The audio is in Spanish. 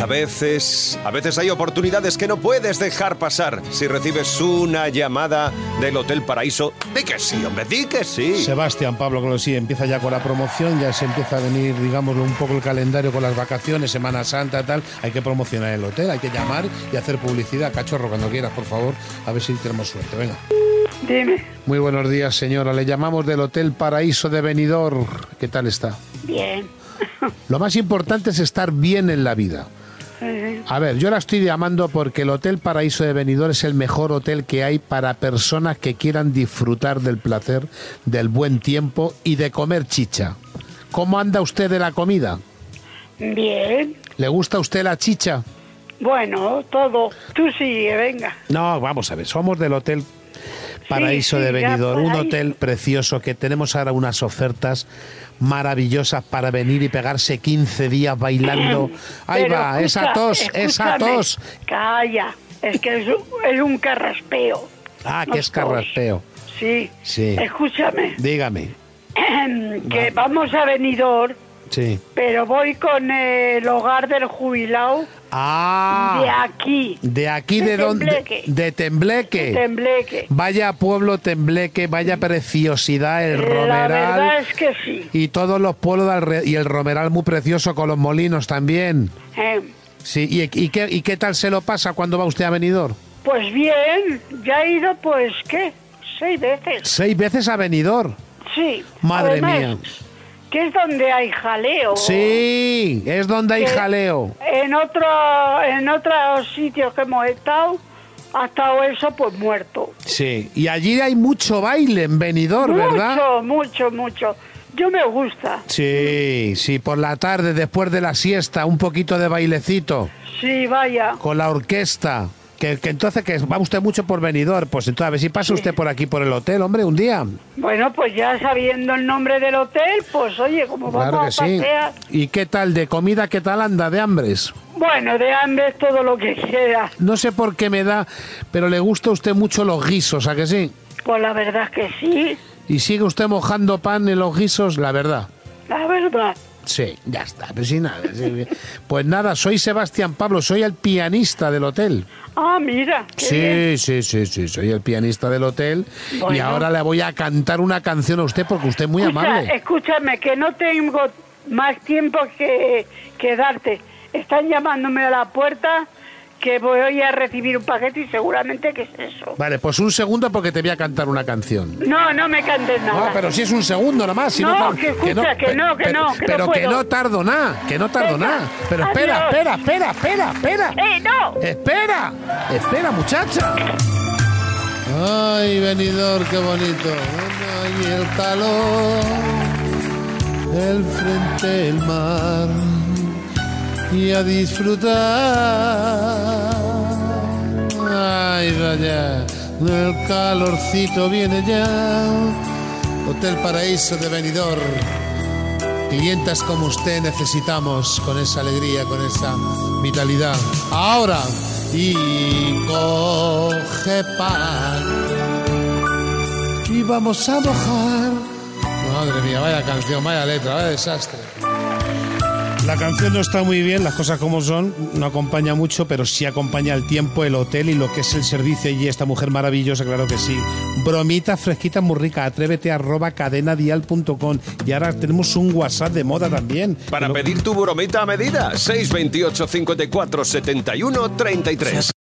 a veces, a veces hay oportunidades que no puedes dejar pasar. Si recibes una llamada del Hotel Paraíso, di que sí, hombre, di que sí. Sebastián Pablo Colosí empieza ya con la promoción, ya se empieza a venir, digámoslo, un poco el calendario con las vacaciones, Semana Santa, tal. Hay que promocionar el hotel, hay que llamar y hacer publicidad. Cachorro, cuando quieras, por favor, a ver si tenemos suerte. Venga. Dime. Muy buenos días, señora. Le llamamos del Hotel Paraíso de Benidorm. ¿Qué tal está? Bien. Lo más importante es estar bien en la vida. Sí. A ver, yo la estoy llamando porque el Hotel Paraíso de Benidorm es el mejor hotel que hay para personas que quieran disfrutar del placer, del buen tiempo y de comer chicha. ¿Cómo anda usted de la comida? Bien. ¿Le gusta a usted la chicha? Bueno, todo. Tú sigue, venga. No, vamos a ver, somos del Hotel Paraíso Sí, de sí, ya Benidorm, un por ahí. hotel precioso que tenemos ahora unas ofertas maravillosas para venir y pegarse 15 días bailando. Ahí Pero va, esa escucha, tos, esa escúchame. tos. Calla. Es que es un, es un carraspeo. Ah, No que es tos. carraspeo. Sí. Sí. Escúchame. Dígame. que vamos a Benidorm, Sí. pero voy con el hogar del jubilado de Ah, aquí. de aquí de, de donde Tembleque. de Tembleque. Tembleque. Vaya pueblo Tembleque, vaya preciosidad el La verdad Romeral es que sí. y todos los pueblos de alre- y el Romeral muy precioso con los molinos también. Eh, Sí, ¿y, y qué, y qué tal se lo pasa cuando va usted a Benidorm? pues bien, ya he ido pues, ¿qué? Seis veces. Seis veces a Benidorm. Sí. Madre Además, mía. Que es donde hay jaleo. Sí, Oh. es donde hay Que jaleo. En otro, en otros sitios que hemos estado, ha estado eso pues muerto. Sí, y allí hay mucho baile en Benidorm, ¿verdad? Mucho, mucho, mucho. Yo me gusta. Sí, sí, por la tarde, después de la siesta, un poquito de bailecito Sí, vaya. con la orquesta. Que, que entonces que va usted mucho por Benidorm, pues entonces a ver si pasa usted por aquí por el hotel, hombre, un día. Bueno, pues ya sabiendo el nombre del hotel, pues oye, como Claro que vamos a sí. pasear. ¿Y qué tal de comida? ¿Qué tal anda de hambres? Bueno, de hambre es todo lo que queda. No sé por qué me da, pero le gusta a usted mucho los guisos, ¿a que sí? Pues la verdad es que sí, ¿Y sigue usted mojando pan en los guisos? La verdad. la verdad. Sí, ya está, pues sí, nada. sí. Pues nada, soy Sebastián Pablo, soy el pianista del hotel. Ah, mira. qué bien. Sí, sí, sí, sí, soy el pianista del hotel. Y Bueno. ahora le voy a cantar una canción a usted porque usted es muy Escucha, amable. Escúchame, que no tengo más tiempo que, que darte. Están llamándome a la puerta que voy a recibir un paquete y seguramente que es eso. Vale, pues un segundo porque te voy a cantar una canción. No, no me cantes nada. No, pero si es un segundo nomás. Si Ah, No, tar- que escucha, que pe- no, que pe- no, que no Pero que puedo. no tardo nada, que no tardo Venga, nada. Pero espera, adiós. espera, espera, espera, espera. ¡Eh, no! ¡Espera! ¡Espera, muchacha! ¡Ay, venidor, qué bonito! Ay, el calor, el frente, el mar, y a disfrutar. ¡Ay, vaya! El calorcito viene ya. Hotel Paraíso de Benidorm. Clientas como usted necesitamos con esa alegría, con esa vitalidad. Ahora, y coge pan. Y vamos a mojar. Madre mía, vaya canción, vaya letra, vaya desastre. La canción no está muy bien, las cosas como son, no acompaña mucho, pero sí acompaña el tiempo, el hotel y lo que es el servicio y esta mujer maravillosa, claro que sí. Bromita fresquita muy rica, atrévete arroba cadenadial.com y ahora tenemos un WhatsApp de moda también. Para pedir tu bromita a medida, 628 54 71 33.